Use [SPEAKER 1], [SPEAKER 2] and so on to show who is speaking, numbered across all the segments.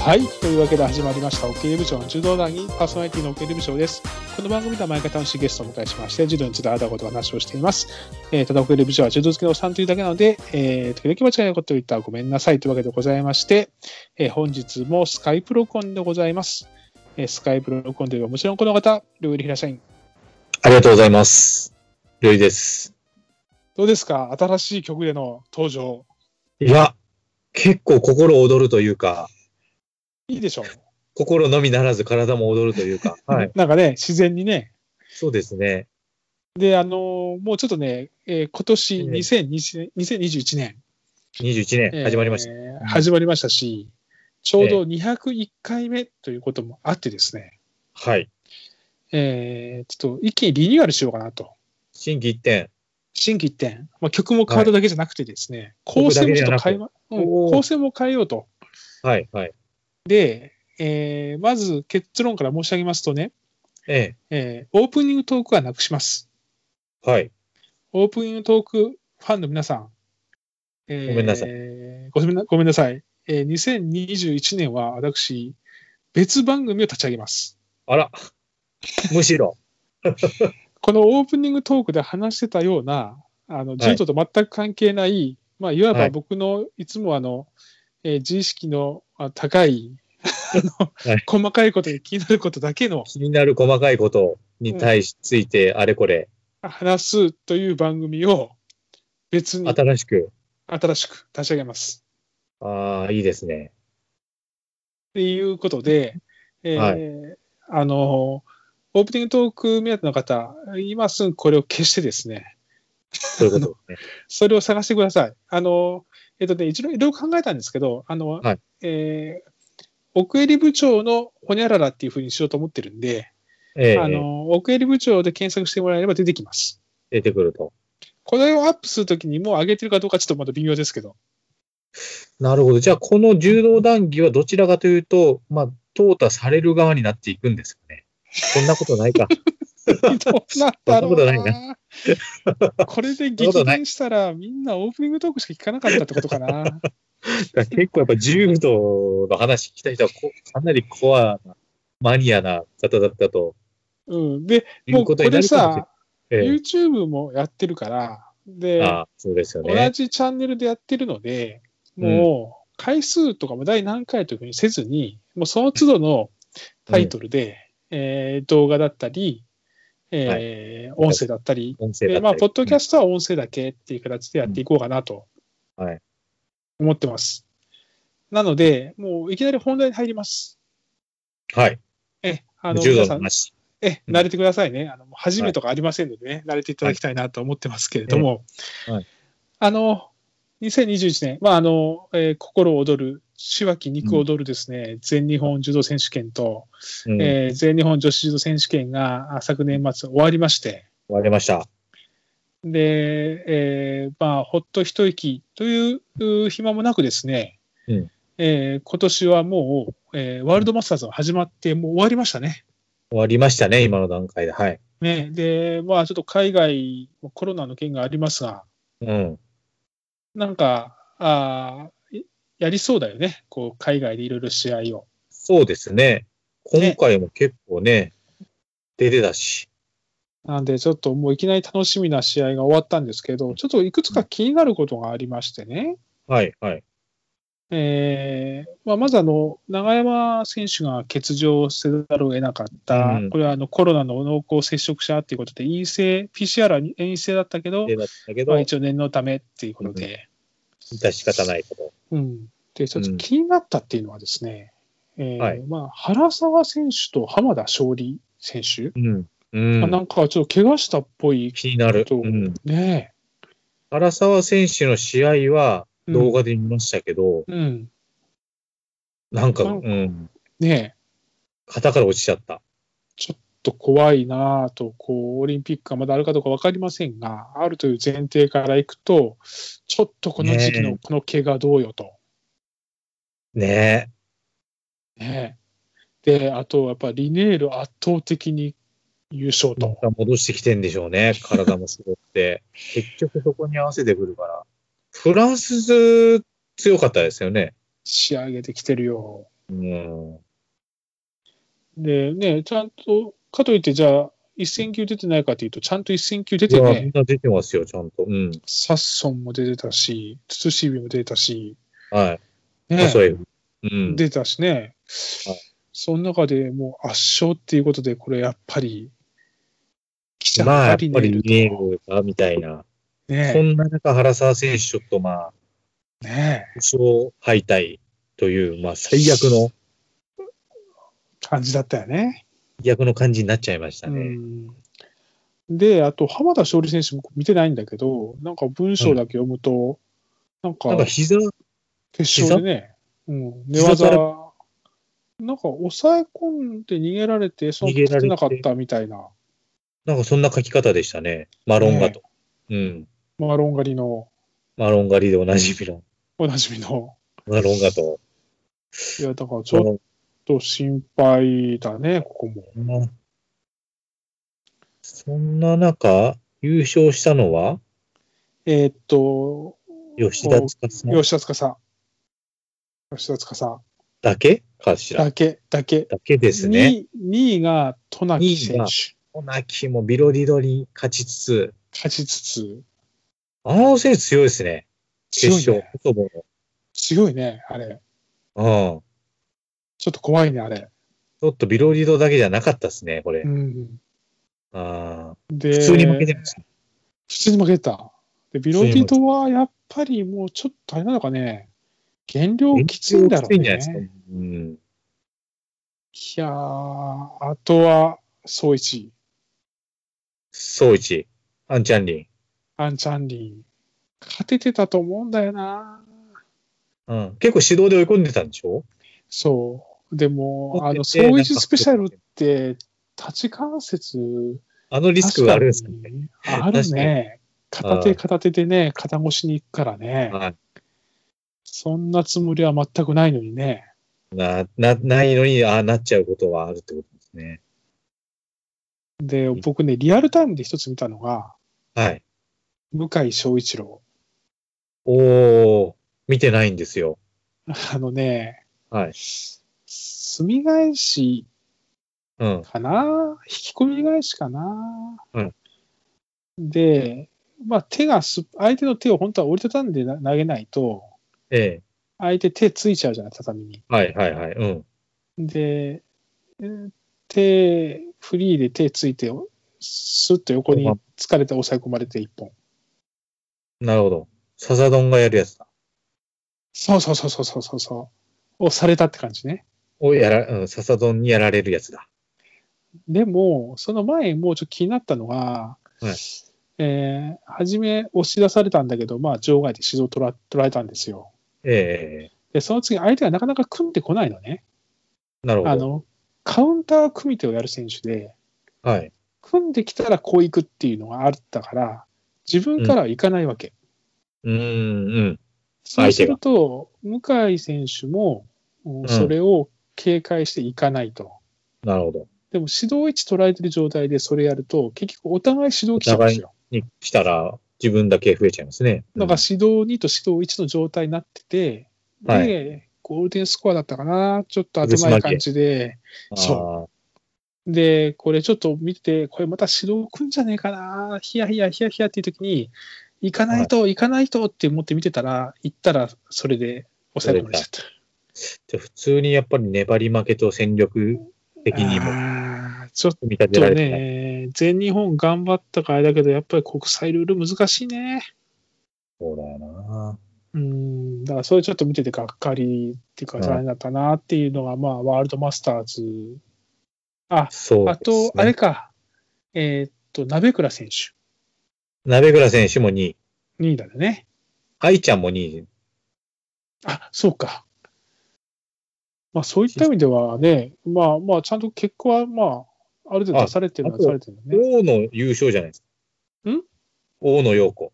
[SPEAKER 1] はい。というわけで始まりました、OK リ部長の柔道団にパーソナリティの OK リ部長です。この番組では毎回楽しいゲストをお迎えしまして、柔道についてあらたことを話をしています。えーただ OK リ部長は柔道好きのおっさんというだけなので、えー時々間違いなことを言ったらごめんなさいというわけでございまして、えー本日もスカイプロコンでございます。えースカイプロコンといえばもちろんこの方、ルール平社員。
[SPEAKER 2] ありがとうございます。ルイです。
[SPEAKER 1] どうですか新しい曲での登場。
[SPEAKER 2] いや、結構心躍るというか、
[SPEAKER 1] いいでしょう。
[SPEAKER 2] 心のみならず体も踊るというか、はい。
[SPEAKER 1] なんかね、自然にね。
[SPEAKER 2] そうですね。
[SPEAKER 1] で、あのーもうちょっとね、えー今年
[SPEAKER 2] ええ
[SPEAKER 1] 2020 2021年、
[SPEAKER 2] 21年 始まりました。
[SPEAKER 1] えー始まりましたし、ちょうど201回目ということもあってですね、
[SPEAKER 2] はい。
[SPEAKER 1] えーちょっと一気にリニューアルしようかなと。
[SPEAKER 2] 新規一点。
[SPEAKER 1] 新規一点、まあ、曲も変わっただけじゃなくてですね、構成もちょっと変えま、うん
[SPEAKER 2] おー
[SPEAKER 1] 構成も変えようと。
[SPEAKER 2] はい、はい。
[SPEAKER 1] で、えーまず結論から申し上げますとね、
[SPEAKER 2] え
[SPEAKER 1] えーオープニングトークはなくします。
[SPEAKER 2] え。はい。
[SPEAKER 1] オープニングトークファンの皆さん、えー
[SPEAKER 2] ごめんなさ
[SPEAKER 1] ごめんなごめんなさい。えー2021年は私、別番組を立ち上げます。
[SPEAKER 2] あら。むしろ。
[SPEAKER 1] このオープニングトークで話してたような、あの、柔道と全く関係ない、い、まあ、いわば僕のいつもあの、えー自意識のあ高い、あの、
[SPEAKER 2] はい
[SPEAKER 1] 細かいことに気になることだけの
[SPEAKER 2] 気になる細かいことに対しついて、あれこれ、
[SPEAKER 1] 話すという番組を別に
[SPEAKER 2] 新しく。
[SPEAKER 1] 新しく立ち上げます。
[SPEAKER 2] ああ、いいですね。
[SPEAKER 1] ということで、えー
[SPEAKER 2] は
[SPEAKER 1] あの、オープニングトーク目当ての方、今すぐこれを消してですね、
[SPEAKER 2] そういうことですね。
[SPEAKER 1] それを探してください。あの、えっとね、一度いろいろ考えたんですけど、あの、
[SPEAKER 2] はい
[SPEAKER 1] えー奥襟部長のほにゃららっていうふうにしようと思ってるんで、
[SPEAKER 2] え え
[SPEAKER 1] あの、奥襟部長で検索してもらえれば出てきます。
[SPEAKER 2] 出てくると。
[SPEAKER 1] これをアップするときにもう上げてるかどうかちょっとまだ微妙ですけど、
[SPEAKER 2] なるほど。じゃあ、この柔道談義はどちらかというと、まあ、淘汰される側になっていくんですかね。そんなことないか。
[SPEAKER 1] どうなったろ
[SPEAKER 2] そんなこと
[SPEAKER 1] う
[SPEAKER 2] ない
[SPEAKER 1] な。 これで激減したらみんなオープニングトークしか聞かなかったってことかな。
[SPEAKER 2] だ から結構やっぱ柔道の話聞きたい人はこかなりコアな、マニアな方だったと
[SPEAKER 1] うん。で、
[SPEAKER 2] い
[SPEAKER 1] も
[SPEAKER 2] う
[SPEAKER 1] うこ
[SPEAKER 2] ことにな
[SPEAKER 1] れ
[SPEAKER 2] るかもし
[SPEAKER 1] さ、
[SPEAKER 2] れない。え
[SPEAKER 1] YouTube もやってるから、
[SPEAKER 2] え
[SPEAKER 1] で、
[SPEAKER 2] ああそうですよ
[SPEAKER 1] 同
[SPEAKER 2] ね。
[SPEAKER 1] じチャンネルでやってるので、もう回数とかも第何回というふうにせずに、もうその都度のタイトルで、えー動画だったり、えー音声だったり、
[SPEAKER 2] 音声だ
[SPEAKER 1] で
[SPEAKER 2] ったり。
[SPEAKER 1] まあ、ポッドキャ
[SPEAKER 2] ス
[SPEAKER 1] ストは音声だけっていう形でやっていこうかなと
[SPEAKER 2] うんはい
[SPEAKER 1] 思ってます。なので、もういきなり本題に入ります。
[SPEAKER 2] ト。はい。
[SPEAKER 1] え、あの、
[SPEAKER 2] 柔道
[SPEAKER 1] 皆
[SPEAKER 2] の
[SPEAKER 1] さん、
[SPEAKER 2] 話。
[SPEAKER 1] え、
[SPEAKER 2] うん
[SPEAKER 1] 慣れてくださいね。あの、もう初めとかありませんのでね、慣れていただきたいなと思ってますけれども、
[SPEAKER 2] えはい
[SPEAKER 1] あの、2021年、まあ、あの、えー心躍る、手話機肉踊るですね、全日本柔道選手権と、
[SPEAKER 2] うん、終
[SPEAKER 1] えー全日本女子柔道選手権があ昨年末終わりまして、
[SPEAKER 2] わりました。
[SPEAKER 1] で、えーまあ、ほっと一息というう暇もなくですね、
[SPEAKER 2] うん
[SPEAKER 1] えー今年はもう、えーワールドマスターズが始まって、もう終わりましたね。
[SPEAKER 2] 終わりましたね、今の段階で。はい。
[SPEAKER 1] ね、で、まあちょっと海外、コロナの件がありますが、
[SPEAKER 2] うん。
[SPEAKER 1] なんか、あーいやりそうだよね、こう海外でいろいろ試合を。
[SPEAKER 2] そうですね。今回も結構ね、出てたし。
[SPEAKER 1] なんで、ちょっともういきなり楽しみな試合が終わったんですけど、ちょっといくつか気になることがありましてね、
[SPEAKER 2] はい、はい。
[SPEAKER 1] えーまあ、まずあの、永山選手が欠場せざるを得なかった、
[SPEAKER 2] うん
[SPEAKER 1] これはあのコロナの濃厚接触者ということで、陰性、PCR は陰性だったけど
[SPEAKER 2] 出、てたけど、
[SPEAKER 1] まあ、
[SPEAKER 2] 致
[SPEAKER 1] 一応念のためっていうことで。
[SPEAKER 2] し方ないこと。
[SPEAKER 1] うん、で、ちょっ
[SPEAKER 2] う
[SPEAKER 1] と
[SPEAKER 2] ん
[SPEAKER 1] 気になったっていうのはですね、えー
[SPEAKER 2] はい
[SPEAKER 1] まあ、原沢選手と浜田勝利選手、
[SPEAKER 2] うん。う。
[SPEAKER 1] まあなんんかちょっと怪我したっぽい
[SPEAKER 2] 気になる。
[SPEAKER 1] と
[SPEAKER 2] うん。
[SPEAKER 1] ね。
[SPEAKER 2] 原沢選手の試合は
[SPEAKER 1] うん
[SPEAKER 2] 動画で見ましたけど、
[SPEAKER 1] うん、
[SPEAKER 2] なんか、
[SPEAKER 1] なん
[SPEAKER 2] うん、
[SPEAKER 1] ねえ
[SPEAKER 2] 肩から落ちちゃった。
[SPEAKER 1] ちょっと怖いなぁと、こう、オリンピックがまだあるかどうか分かりませんが、あるという前提からいくと、ちょっとこの時期
[SPEAKER 2] ね
[SPEAKER 1] のこの怪我どうよと。
[SPEAKER 2] ね
[SPEAKER 1] ねえで、あと、やっぱリネール圧倒的に優勝
[SPEAKER 2] え。ま
[SPEAKER 1] と。
[SPEAKER 2] た戻してきてんでしょうね。体もすごく て。結局そこに合わせてくるから。フランス強かったですよね。
[SPEAKER 1] 仕上げてきてるよ。
[SPEAKER 2] うん。
[SPEAKER 1] で、ね、ちゃんと、かといって、じゃあ、一戦級出てないかというと、ちゃんと一戦級出
[SPEAKER 2] い
[SPEAKER 1] て
[SPEAKER 2] や、み
[SPEAKER 1] ね
[SPEAKER 2] ん、な出てますよ、ちゃんと。うん。
[SPEAKER 1] サッソンも出てたし、ツツシビも出てたし、
[SPEAKER 2] はい。
[SPEAKER 1] ね、
[SPEAKER 2] 細い。うん。
[SPEAKER 1] 出てたしね
[SPEAKER 2] はい、
[SPEAKER 1] その中でもう圧勝っていうことで、これやっぱり、記者
[SPEAKER 2] まあ、や
[SPEAKER 1] ハ
[SPEAKER 2] っ
[SPEAKER 1] リ
[SPEAKER 2] ぱ
[SPEAKER 1] ネイ
[SPEAKER 2] り
[SPEAKER 1] ルと
[SPEAKER 2] ネイルか、みたいな。そ
[SPEAKER 1] ね
[SPEAKER 2] んな中、原沢選手、ちょっとまあ、
[SPEAKER 1] ね
[SPEAKER 2] 一勝敗退という、まあ、最悪の、
[SPEAKER 1] 感じだったよね。
[SPEAKER 2] 最悪の感じになっちゃいました
[SPEAKER 1] う
[SPEAKER 2] ね。
[SPEAKER 1] んで、あと、浜田勝利選手も見てないんだけど、なんか文章だけ読むと、なん
[SPEAKER 2] なん
[SPEAKER 1] か
[SPEAKER 2] か、膝、
[SPEAKER 1] 決勝でね、うん、寝
[SPEAKER 2] 膝
[SPEAKER 1] 技
[SPEAKER 2] から、
[SPEAKER 1] なんか抑え込んで逃げられて、その
[SPEAKER 2] 逃げられて
[SPEAKER 1] なかったみたいな、
[SPEAKER 2] なんかそんな書き方でしたね。マロンガと。うん。
[SPEAKER 1] マロン狩りの
[SPEAKER 2] マロン狩りでおなじみ の、
[SPEAKER 1] おなじみの、
[SPEAKER 2] マロンガと。
[SPEAKER 1] いや、だからち
[SPEAKER 2] そ
[SPEAKER 1] ょっ
[SPEAKER 2] の
[SPEAKER 1] と心配だね、ここも。
[SPEAKER 2] まあそんな中、優勝したのは、
[SPEAKER 1] えーっと、
[SPEAKER 2] 吉田司
[SPEAKER 1] 吉田司。吉田司
[SPEAKER 2] だけかしら。
[SPEAKER 1] だけ、だけ。
[SPEAKER 2] だけですね。
[SPEAKER 1] 2位が渡名喜選
[SPEAKER 2] 二
[SPEAKER 1] 手
[SPEAKER 2] 位が、オナキもビロディドに勝ちつつ、
[SPEAKER 1] 勝ちつつ、
[SPEAKER 2] あの選手強いですね。
[SPEAKER 1] 強
[SPEAKER 2] 決
[SPEAKER 1] い
[SPEAKER 2] 勝
[SPEAKER 1] ね。、
[SPEAKER 2] ほとぼの
[SPEAKER 1] 強いね、あれ。
[SPEAKER 2] うん。
[SPEAKER 1] ちょっと怖いね、あれ。
[SPEAKER 2] ちょっとビロディドだけじゃなかったですね、これ。
[SPEAKER 1] うん。
[SPEAKER 2] あ
[SPEAKER 1] で、
[SPEAKER 2] ー普通に負けてました。
[SPEAKER 1] 普通に負けた。で、ビロディドはやっぱりもうちょっとあれなのかね、減量きついんだろう
[SPEAKER 2] き
[SPEAKER 1] ね。
[SPEAKER 2] ついんじゃないですか。うん。
[SPEAKER 1] いやー、あとは、総一、
[SPEAKER 2] そういち、アンチャンリ
[SPEAKER 1] アンチャンリー、勝ててたと思うんだよな。
[SPEAKER 2] ン。うん。結構指導で追い込んでたんでしょ
[SPEAKER 1] そう。でも、あの、
[SPEAKER 2] 追ってて
[SPEAKER 1] 総一スペシャルって、立ち関節、
[SPEAKER 2] あのリスクがあるんですかね。
[SPEAKER 1] 確かにあるね。
[SPEAKER 2] 確かに
[SPEAKER 1] 片手片手でね、肩越しに行くからね。
[SPEAKER 2] はい
[SPEAKER 1] そんなつもりは全くないのにね。
[SPEAKER 2] な、な、ないのに、ああ、なっちゃうことはあるってことですね。
[SPEAKER 1] で、
[SPEAKER 2] ん
[SPEAKER 1] 僕ね、リアルタイムで一つ見たのが、
[SPEAKER 2] はい。
[SPEAKER 1] 向井翔一郎。
[SPEAKER 2] おー、見てないんですよ。
[SPEAKER 1] あのね、
[SPEAKER 2] はい。
[SPEAKER 1] 住み返し
[SPEAKER 2] うん。
[SPEAKER 1] かな引き込み返しかな、
[SPEAKER 2] うん
[SPEAKER 1] で、まあ手がす、相手の手を本当は折りたたんでな投げないと、
[SPEAKER 2] ええ。
[SPEAKER 1] 相手手ついちゃうじゃない、畳に。
[SPEAKER 2] はいはいはい。うん。
[SPEAKER 1] で、えー手、フリーで手ついて、スッと横に疲れて抑え込まれて一本。
[SPEAKER 2] なるほど。笹丼がやるやつだ。
[SPEAKER 1] そうそうそうそうそうそう。をされたって感じね。
[SPEAKER 2] をやら、うん、笹丼にやられるやつだ。
[SPEAKER 1] でも、その前、もうちょっと気になったのが、
[SPEAKER 2] はい
[SPEAKER 1] えー初め押し出されたんだけど、まあ、場外で指導取ら取られたんですよ。
[SPEAKER 2] え
[SPEAKER 1] で、その次、相手がなかなか組んでこないのね。
[SPEAKER 2] え。なる
[SPEAKER 1] あ
[SPEAKER 2] ほど。
[SPEAKER 1] の、カウンター組み手をやる選手で、
[SPEAKER 2] はい。
[SPEAKER 1] 組んできたらこう行くっていうのがあったから、自分からは行かないわけ。
[SPEAKER 2] うーん、うん。
[SPEAKER 1] そう
[SPEAKER 2] 相
[SPEAKER 1] す
[SPEAKER 2] 手
[SPEAKER 1] る
[SPEAKER 2] が
[SPEAKER 1] と、向井選手も、うん
[SPEAKER 2] ん
[SPEAKER 1] それを警戒していかないと。
[SPEAKER 2] なるほど。
[SPEAKER 1] でも、指導位置取られてる状態でそれやると、結局お互い指導来ちゃうんですよ。
[SPEAKER 2] に来たら、自分だけ増えちゃいますね。
[SPEAKER 1] なんか指導2と指導1の状態になってて、
[SPEAKER 2] はい
[SPEAKER 1] で、ゴールデンスコアだったかな、ちょっと頭いい感じで、
[SPEAKER 2] うん、
[SPEAKER 1] そで、これちょっと見てて、これまた指導来んじゃねえかな、ヒヤヒヤヒヤヒヤっていう時に、行かないと、行かないとって思って見てたら、行ったらそれで抑え込まれちゃった。
[SPEAKER 2] う。じゃあ普通にやっぱり粘り負けと戦力的にも
[SPEAKER 1] あーちょっ
[SPEAKER 2] 組み立て
[SPEAKER 1] と
[SPEAKER 2] られてない。
[SPEAKER 1] ね、全日本頑張ったからあれだけど、やっぱり国際ルール難しいね。
[SPEAKER 2] そうだよな。
[SPEAKER 1] うん、だからそれちょっと見ててがっかりっていうか
[SPEAKER 2] うん
[SPEAKER 1] 残念だったなっていうのが、まあ、ワールドマスターズ。
[SPEAKER 2] そう
[SPEAKER 1] あ
[SPEAKER 2] ですね、
[SPEAKER 1] と、あれか、えーっと、鍋倉選手、
[SPEAKER 2] 鍋倉選手も2位。
[SPEAKER 1] 2位だね。
[SPEAKER 2] 愛ちゃんも2位。
[SPEAKER 1] あ、そうか。まあ、そういった意味ではね、まあまあ、ちゃんと結果は、まあ、ある程度出されてるのは
[SPEAKER 2] あ
[SPEAKER 1] 出されてるよね。
[SPEAKER 2] 王の優勝じゃないですか。
[SPEAKER 1] ん
[SPEAKER 2] 王の陽子。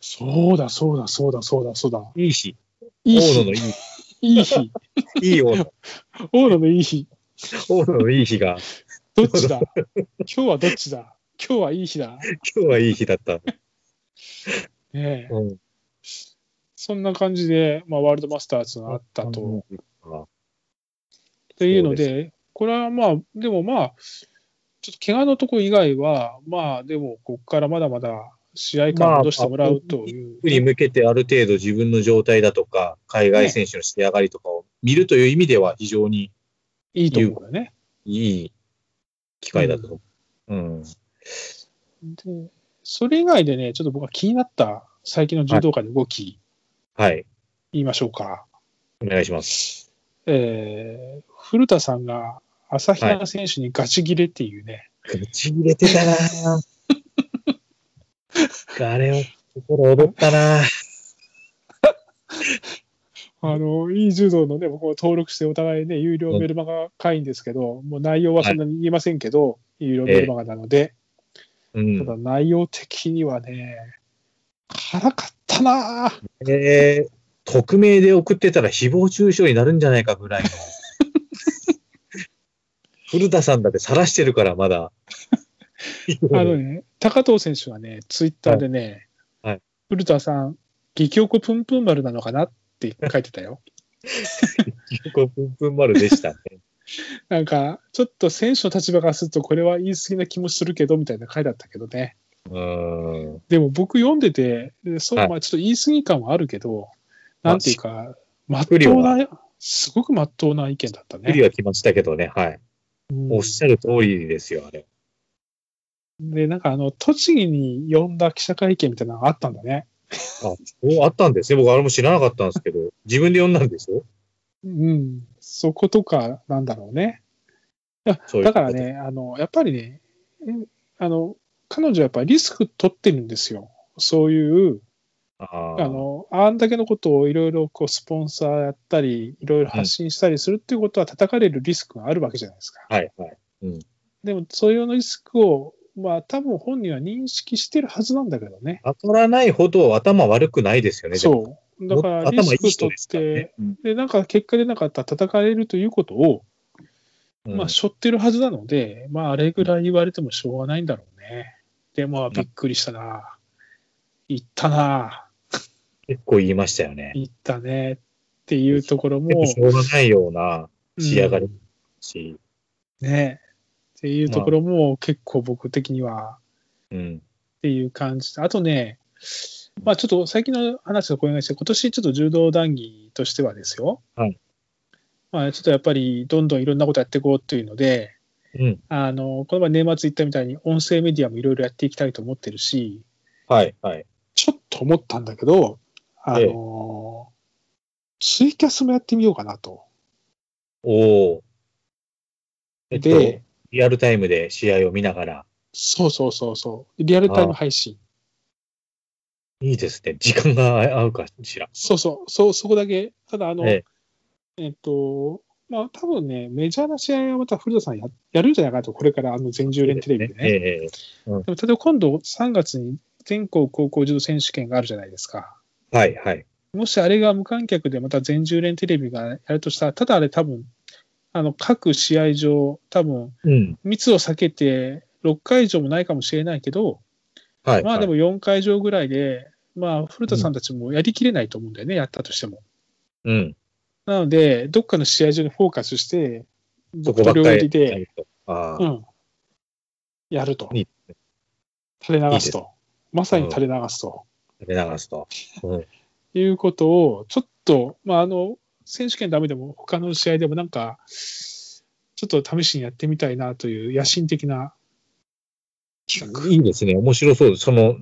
[SPEAKER 1] そうだ、そうだ、そうだ、そうだ、そうだ。
[SPEAKER 2] いい日。
[SPEAKER 1] いい
[SPEAKER 2] 王
[SPEAKER 1] 日
[SPEAKER 2] 野の、いい。
[SPEAKER 1] いい 日、
[SPEAKER 2] いい王の。
[SPEAKER 1] 大野のいい日、
[SPEAKER 2] 王野のいい日が、
[SPEAKER 1] どっち だ今日はどっちだ今日はいい日だ。
[SPEAKER 2] 今日はいい日だった。
[SPEAKER 1] ねえ
[SPEAKER 2] うん。
[SPEAKER 1] そんな感じで、まあ、ワールドマスターズがあったと。
[SPEAKER 2] うん。
[SPEAKER 1] というので、
[SPEAKER 2] そう
[SPEAKER 1] これはまあ、でもまあ、ちょっと怪我のとこ以外は、まあ、でも、ここからまだまだ試合感を戻してもらうという。
[SPEAKER 2] に向けてある程度自分の状態だとか、海外選手の仕上がりとかを見るという意味では非常に
[SPEAKER 1] いいと思うんだよね。
[SPEAKER 2] いい機会だと思う。うん。
[SPEAKER 1] で、それ以外でね、ちょっと僕は気になった最近の柔道界の動き、
[SPEAKER 2] はい。
[SPEAKER 1] 言いましょうか。
[SPEAKER 2] お願いします。
[SPEAKER 1] えー、古田さんが朝比奈選手にガチ切れっていうね、
[SPEAKER 2] ちぎれてたなぁあれは心躍ったなぁ
[SPEAKER 1] あの、いい柔道のね、僕も登録してお互いね、有料メルマガ会員ですけど、もう内容はそんなに言えませんけど、有料メルマガなので、
[SPEAKER 2] うん
[SPEAKER 1] ただ内容的にはね、腹かったなぁ。
[SPEAKER 2] えー匿名で送ってたら誹謗中傷になるんじゃないかぐらい の。古田さんだって晒してるから、ま だ。
[SPEAKER 1] あのね、高藤選手はね、ツイッターでね、
[SPEAKER 2] はいはい
[SPEAKER 1] 古田さん、激おこぷんぷん丸なのかなって書いてたよ。
[SPEAKER 2] 結構、ぷんぷん丸でしたね。
[SPEAKER 1] なんか、ちょっと選手の立場からすると、これは言い過ぎな気もするけど、みたいな回だったけどね。
[SPEAKER 2] うーん。
[SPEAKER 1] でも僕読んでて、でそう、
[SPEAKER 2] はい
[SPEAKER 1] まあちょっと言い過ぎ感はあるけど、なんていうか、まっと
[SPEAKER 2] 不良
[SPEAKER 1] う
[SPEAKER 2] は
[SPEAKER 1] な、すごくまっとうな意見だった
[SPEAKER 2] 無理
[SPEAKER 1] ね。
[SPEAKER 2] は来ましたけどね、はい。
[SPEAKER 1] うん
[SPEAKER 2] おっしゃる通りですよ、あれ。
[SPEAKER 1] で、なんかあの、栃木に呼んだ記者会見みたいなのがあったんだね。
[SPEAKER 2] おあったんですね。僕、あれも知らなかったんですけ ど、自分で呼んだんでしょ
[SPEAKER 1] うん、そことかなんだろうね。
[SPEAKER 2] そういう
[SPEAKER 1] だ
[SPEAKER 2] こ
[SPEAKER 1] から。
[SPEAKER 2] と
[SPEAKER 1] ね、あの、やっぱりね、うんあの、彼女はやっぱりリスク取ってるんですよ。そういう、
[SPEAKER 2] あ
[SPEAKER 1] あ
[SPEAKER 2] ー
[SPEAKER 1] の、あんだけのことをいろいろこう、スポンサーやったり、いろいろ発信したりするっていうことは叩かれるリスクがあるわけじゃないですか。
[SPEAKER 2] はい、はい。
[SPEAKER 1] でも、そういうのリスクを、まあ、多分本人は認識してるはずなんだけどね。
[SPEAKER 2] 当たらないほど頭悪くないですよね、でも
[SPEAKER 1] そう。だから、リ
[SPEAKER 2] 頭い
[SPEAKER 1] ス
[SPEAKER 2] い
[SPEAKER 1] ク
[SPEAKER 2] 人
[SPEAKER 1] 取
[SPEAKER 2] で
[SPEAKER 1] っ
[SPEAKER 2] すから
[SPEAKER 1] て、
[SPEAKER 2] ね。うん
[SPEAKER 1] で、なんか結果でなかったら叩かれるということを、
[SPEAKER 2] うん
[SPEAKER 1] まあ、背負ってるはずなので、まあ、あれぐらい言われてもしょうがないんだろうね。で、まあ、びっくりしたな。行ったな。
[SPEAKER 2] 結構言いましたよね。
[SPEAKER 1] 行ったね。っていうところ
[SPEAKER 2] で
[SPEAKER 1] も
[SPEAKER 2] も、しょうがないような仕上がり
[SPEAKER 1] うん
[SPEAKER 2] し、
[SPEAKER 1] ね。っていうところも、結構僕的には、
[SPEAKER 2] うん。
[SPEAKER 1] っていう感じ。あとね、まあちょっと最近の話とこれがして、今年ちょっと柔道談義としてはですよ。
[SPEAKER 2] はい。
[SPEAKER 1] まあちょっとやっぱりどんどんいろんなことやっていこうっていうので、
[SPEAKER 2] うん。
[SPEAKER 1] あの、この前年末言ったみたいに音声メディアもいろいろやっていきたいと思ってるし、
[SPEAKER 2] はい、はい。
[SPEAKER 1] ちょっと思ったんだけど、あ
[SPEAKER 2] え
[SPEAKER 1] の、ツイキャスもやってみようかなと。
[SPEAKER 2] おお。えっと、
[SPEAKER 1] で
[SPEAKER 2] リアルタイムで試合を見ながら、
[SPEAKER 1] そうそうそうそう。リアルタイム配信。
[SPEAKER 2] いいですね。時間が合うかしら。
[SPEAKER 1] そうそう、そう、そこだけ。ただ、あの、
[SPEAKER 2] え
[SPEAKER 1] えっと、まあ、多分ね、メジャーな試合はまた古田さんややるんじゃないかなと、これからあの全10連テレビで
[SPEAKER 2] え
[SPEAKER 1] ね。
[SPEAKER 2] え
[SPEAKER 1] でも例えば今度3月に全国高校柔道選手権があるじゃないですか。
[SPEAKER 2] はい、はい。
[SPEAKER 1] もしあれが無観客でまた全10連テレビがやるとしたら、ただあれ多分、あの各試合場、多分
[SPEAKER 2] うん。
[SPEAKER 1] 密を避けて6会場もないかもしれないけど、
[SPEAKER 2] はい。
[SPEAKER 1] まあで
[SPEAKER 2] も、
[SPEAKER 1] も4会場ぐらいで、まあ古田さんたちもやりきれないと思うんだよね、やったとしても。
[SPEAKER 2] うん。
[SPEAKER 1] なので、どっかの試合場にフォーカスして、
[SPEAKER 2] そ
[SPEAKER 1] 僕
[SPEAKER 2] ことばっ
[SPEAKER 1] 両
[SPEAKER 2] か
[SPEAKER 1] 襟
[SPEAKER 2] り。
[SPEAKER 1] で、
[SPEAKER 2] あ
[SPEAKER 1] う
[SPEAKER 2] あ、
[SPEAKER 1] ん、やると。
[SPEAKER 2] いい
[SPEAKER 1] 垂れ流す
[SPEAKER 2] い
[SPEAKER 1] と。まさに垂れ流すと。
[SPEAKER 2] 垂れ流すと。うん。
[SPEAKER 1] いうことを、ちょっと、まあ、あの、選手権ダメでも、他の試合でもなんか、ちょっと試しにやってみたいなという野心的な企画。
[SPEAKER 2] いいですね。面白そう。その、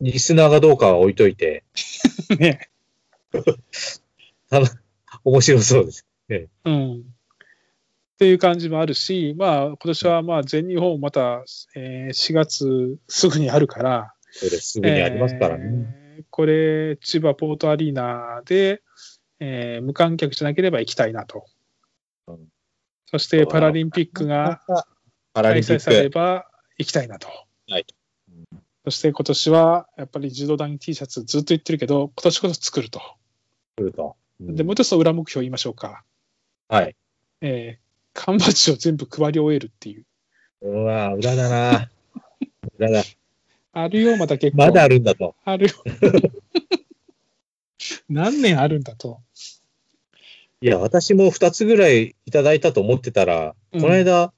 [SPEAKER 2] リスナーがどうかは置いといて、
[SPEAKER 1] ね。
[SPEAKER 2] 面白そうです。
[SPEAKER 1] うん。っていう感じもあるし、まあ、今年はまあ全日本また、えー4月すぐにあるから、
[SPEAKER 2] それすぐにありますからね。
[SPEAKER 1] えーこれ、千葉ポートアリーナで、えー無観客じゃなければ行きたいなと。
[SPEAKER 2] うん
[SPEAKER 1] そしてパラリンピックが
[SPEAKER 2] パラ
[SPEAKER 1] 開
[SPEAKER 2] リンピ
[SPEAKER 1] 催されれ
[SPEAKER 2] ック。
[SPEAKER 1] ば行きたいなと。
[SPEAKER 2] はい
[SPEAKER 1] そして今年はやっぱり柔道団 T シャツずっと言ってるけど、今年こそ作ると。
[SPEAKER 2] 来ると。うん
[SPEAKER 1] で、もう一つの裏目標言いましょうか。
[SPEAKER 2] はい。
[SPEAKER 1] えー、缶バッジを全部配り終えるっていう。
[SPEAKER 2] うわ裏だな。裏だ。
[SPEAKER 1] あるよ、また結構。
[SPEAKER 2] まだあるんだと。
[SPEAKER 1] あるよ。何年あるんだと。
[SPEAKER 2] いや、私も2つぐらいいただいたと思ってたら、
[SPEAKER 1] うん
[SPEAKER 2] この間、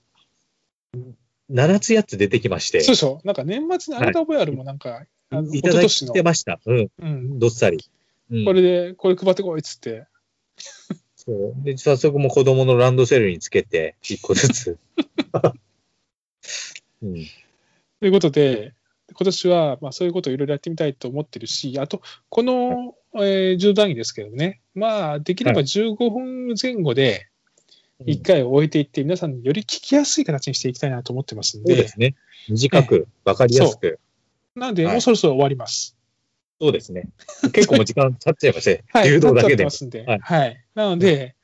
[SPEAKER 2] 7つ8つ出てきまして、
[SPEAKER 1] そうでしょなんか年末にあなた覚えあるもんなんか、あの一
[SPEAKER 2] いただ
[SPEAKER 1] 昨
[SPEAKER 2] い
[SPEAKER 1] 年の
[SPEAKER 2] て、ました。うん、
[SPEAKER 1] うん、
[SPEAKER 2] どっさり。うん
[SPEAKER 1] これで、これ配ってこいっつって。
[SPEAKER 2] そう。で、早速もう子供のランドセルにつけて、一個ず つ。うん、
[SPEAKER 1] ということで、今年はまあそういうことをいろいろやってみたいと思ってるし、あと、この、えー、柔道着ですけどね、まあ、できれば
[SPEAKER 2] は
[SPEAKER 1] 15分前後で1回終えていって、皆さんにより聞きやすい形にしていきたいなと思ってますん
[SPEAKER 2] そう
[SPEAKER 1] で、
[SPEAKER 2] ですね。短く、わかりやすく。
[SPEAKER 1] なんで、
[SPEAKER 2] はい
[SPEAKER 1] もうそろそろ終わります。
[SPEAKER 2] そうですね。結構もう時間経っちゃいまして、
[SPEAKER 1] はい、
[SPEAKER 2] 柔道だ
[SPEAKER 1] なっ
[SPEAKER 2] け
[SPEAKER 1] て
[SPEAKER 2] で
[SPEAKER 1] ま
[SPEAKER 2] も。
[SPEAKER 1] すんで、は
[SPEAKER 2] はいい。
[SPEAKER 1] なので、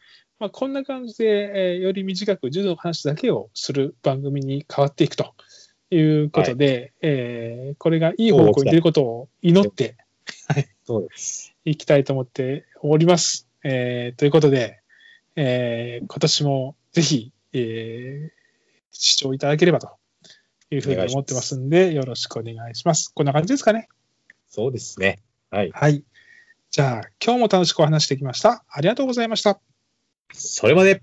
[SPEAKER 1] まあ、こんな感じで、えーより短く柔道の話だけをする番組に変わっていくということで、えーこれがいい方向に出ることを祈って
[SPEAKER 2] そうです。
[SPEAKER 1] いきたいと思っております。えーということで、えー今年もぜひ、えー視聴いただければというふうに思ってますんで、よろしくお願いします。こんな感じですかね。
[SPEAKER 2] そうですね。はい。
[SPEAKER 1] はい。じゃあ、今日も楽しくお話しできました。ありがとうございました。
[SPEAKER 2] それまで。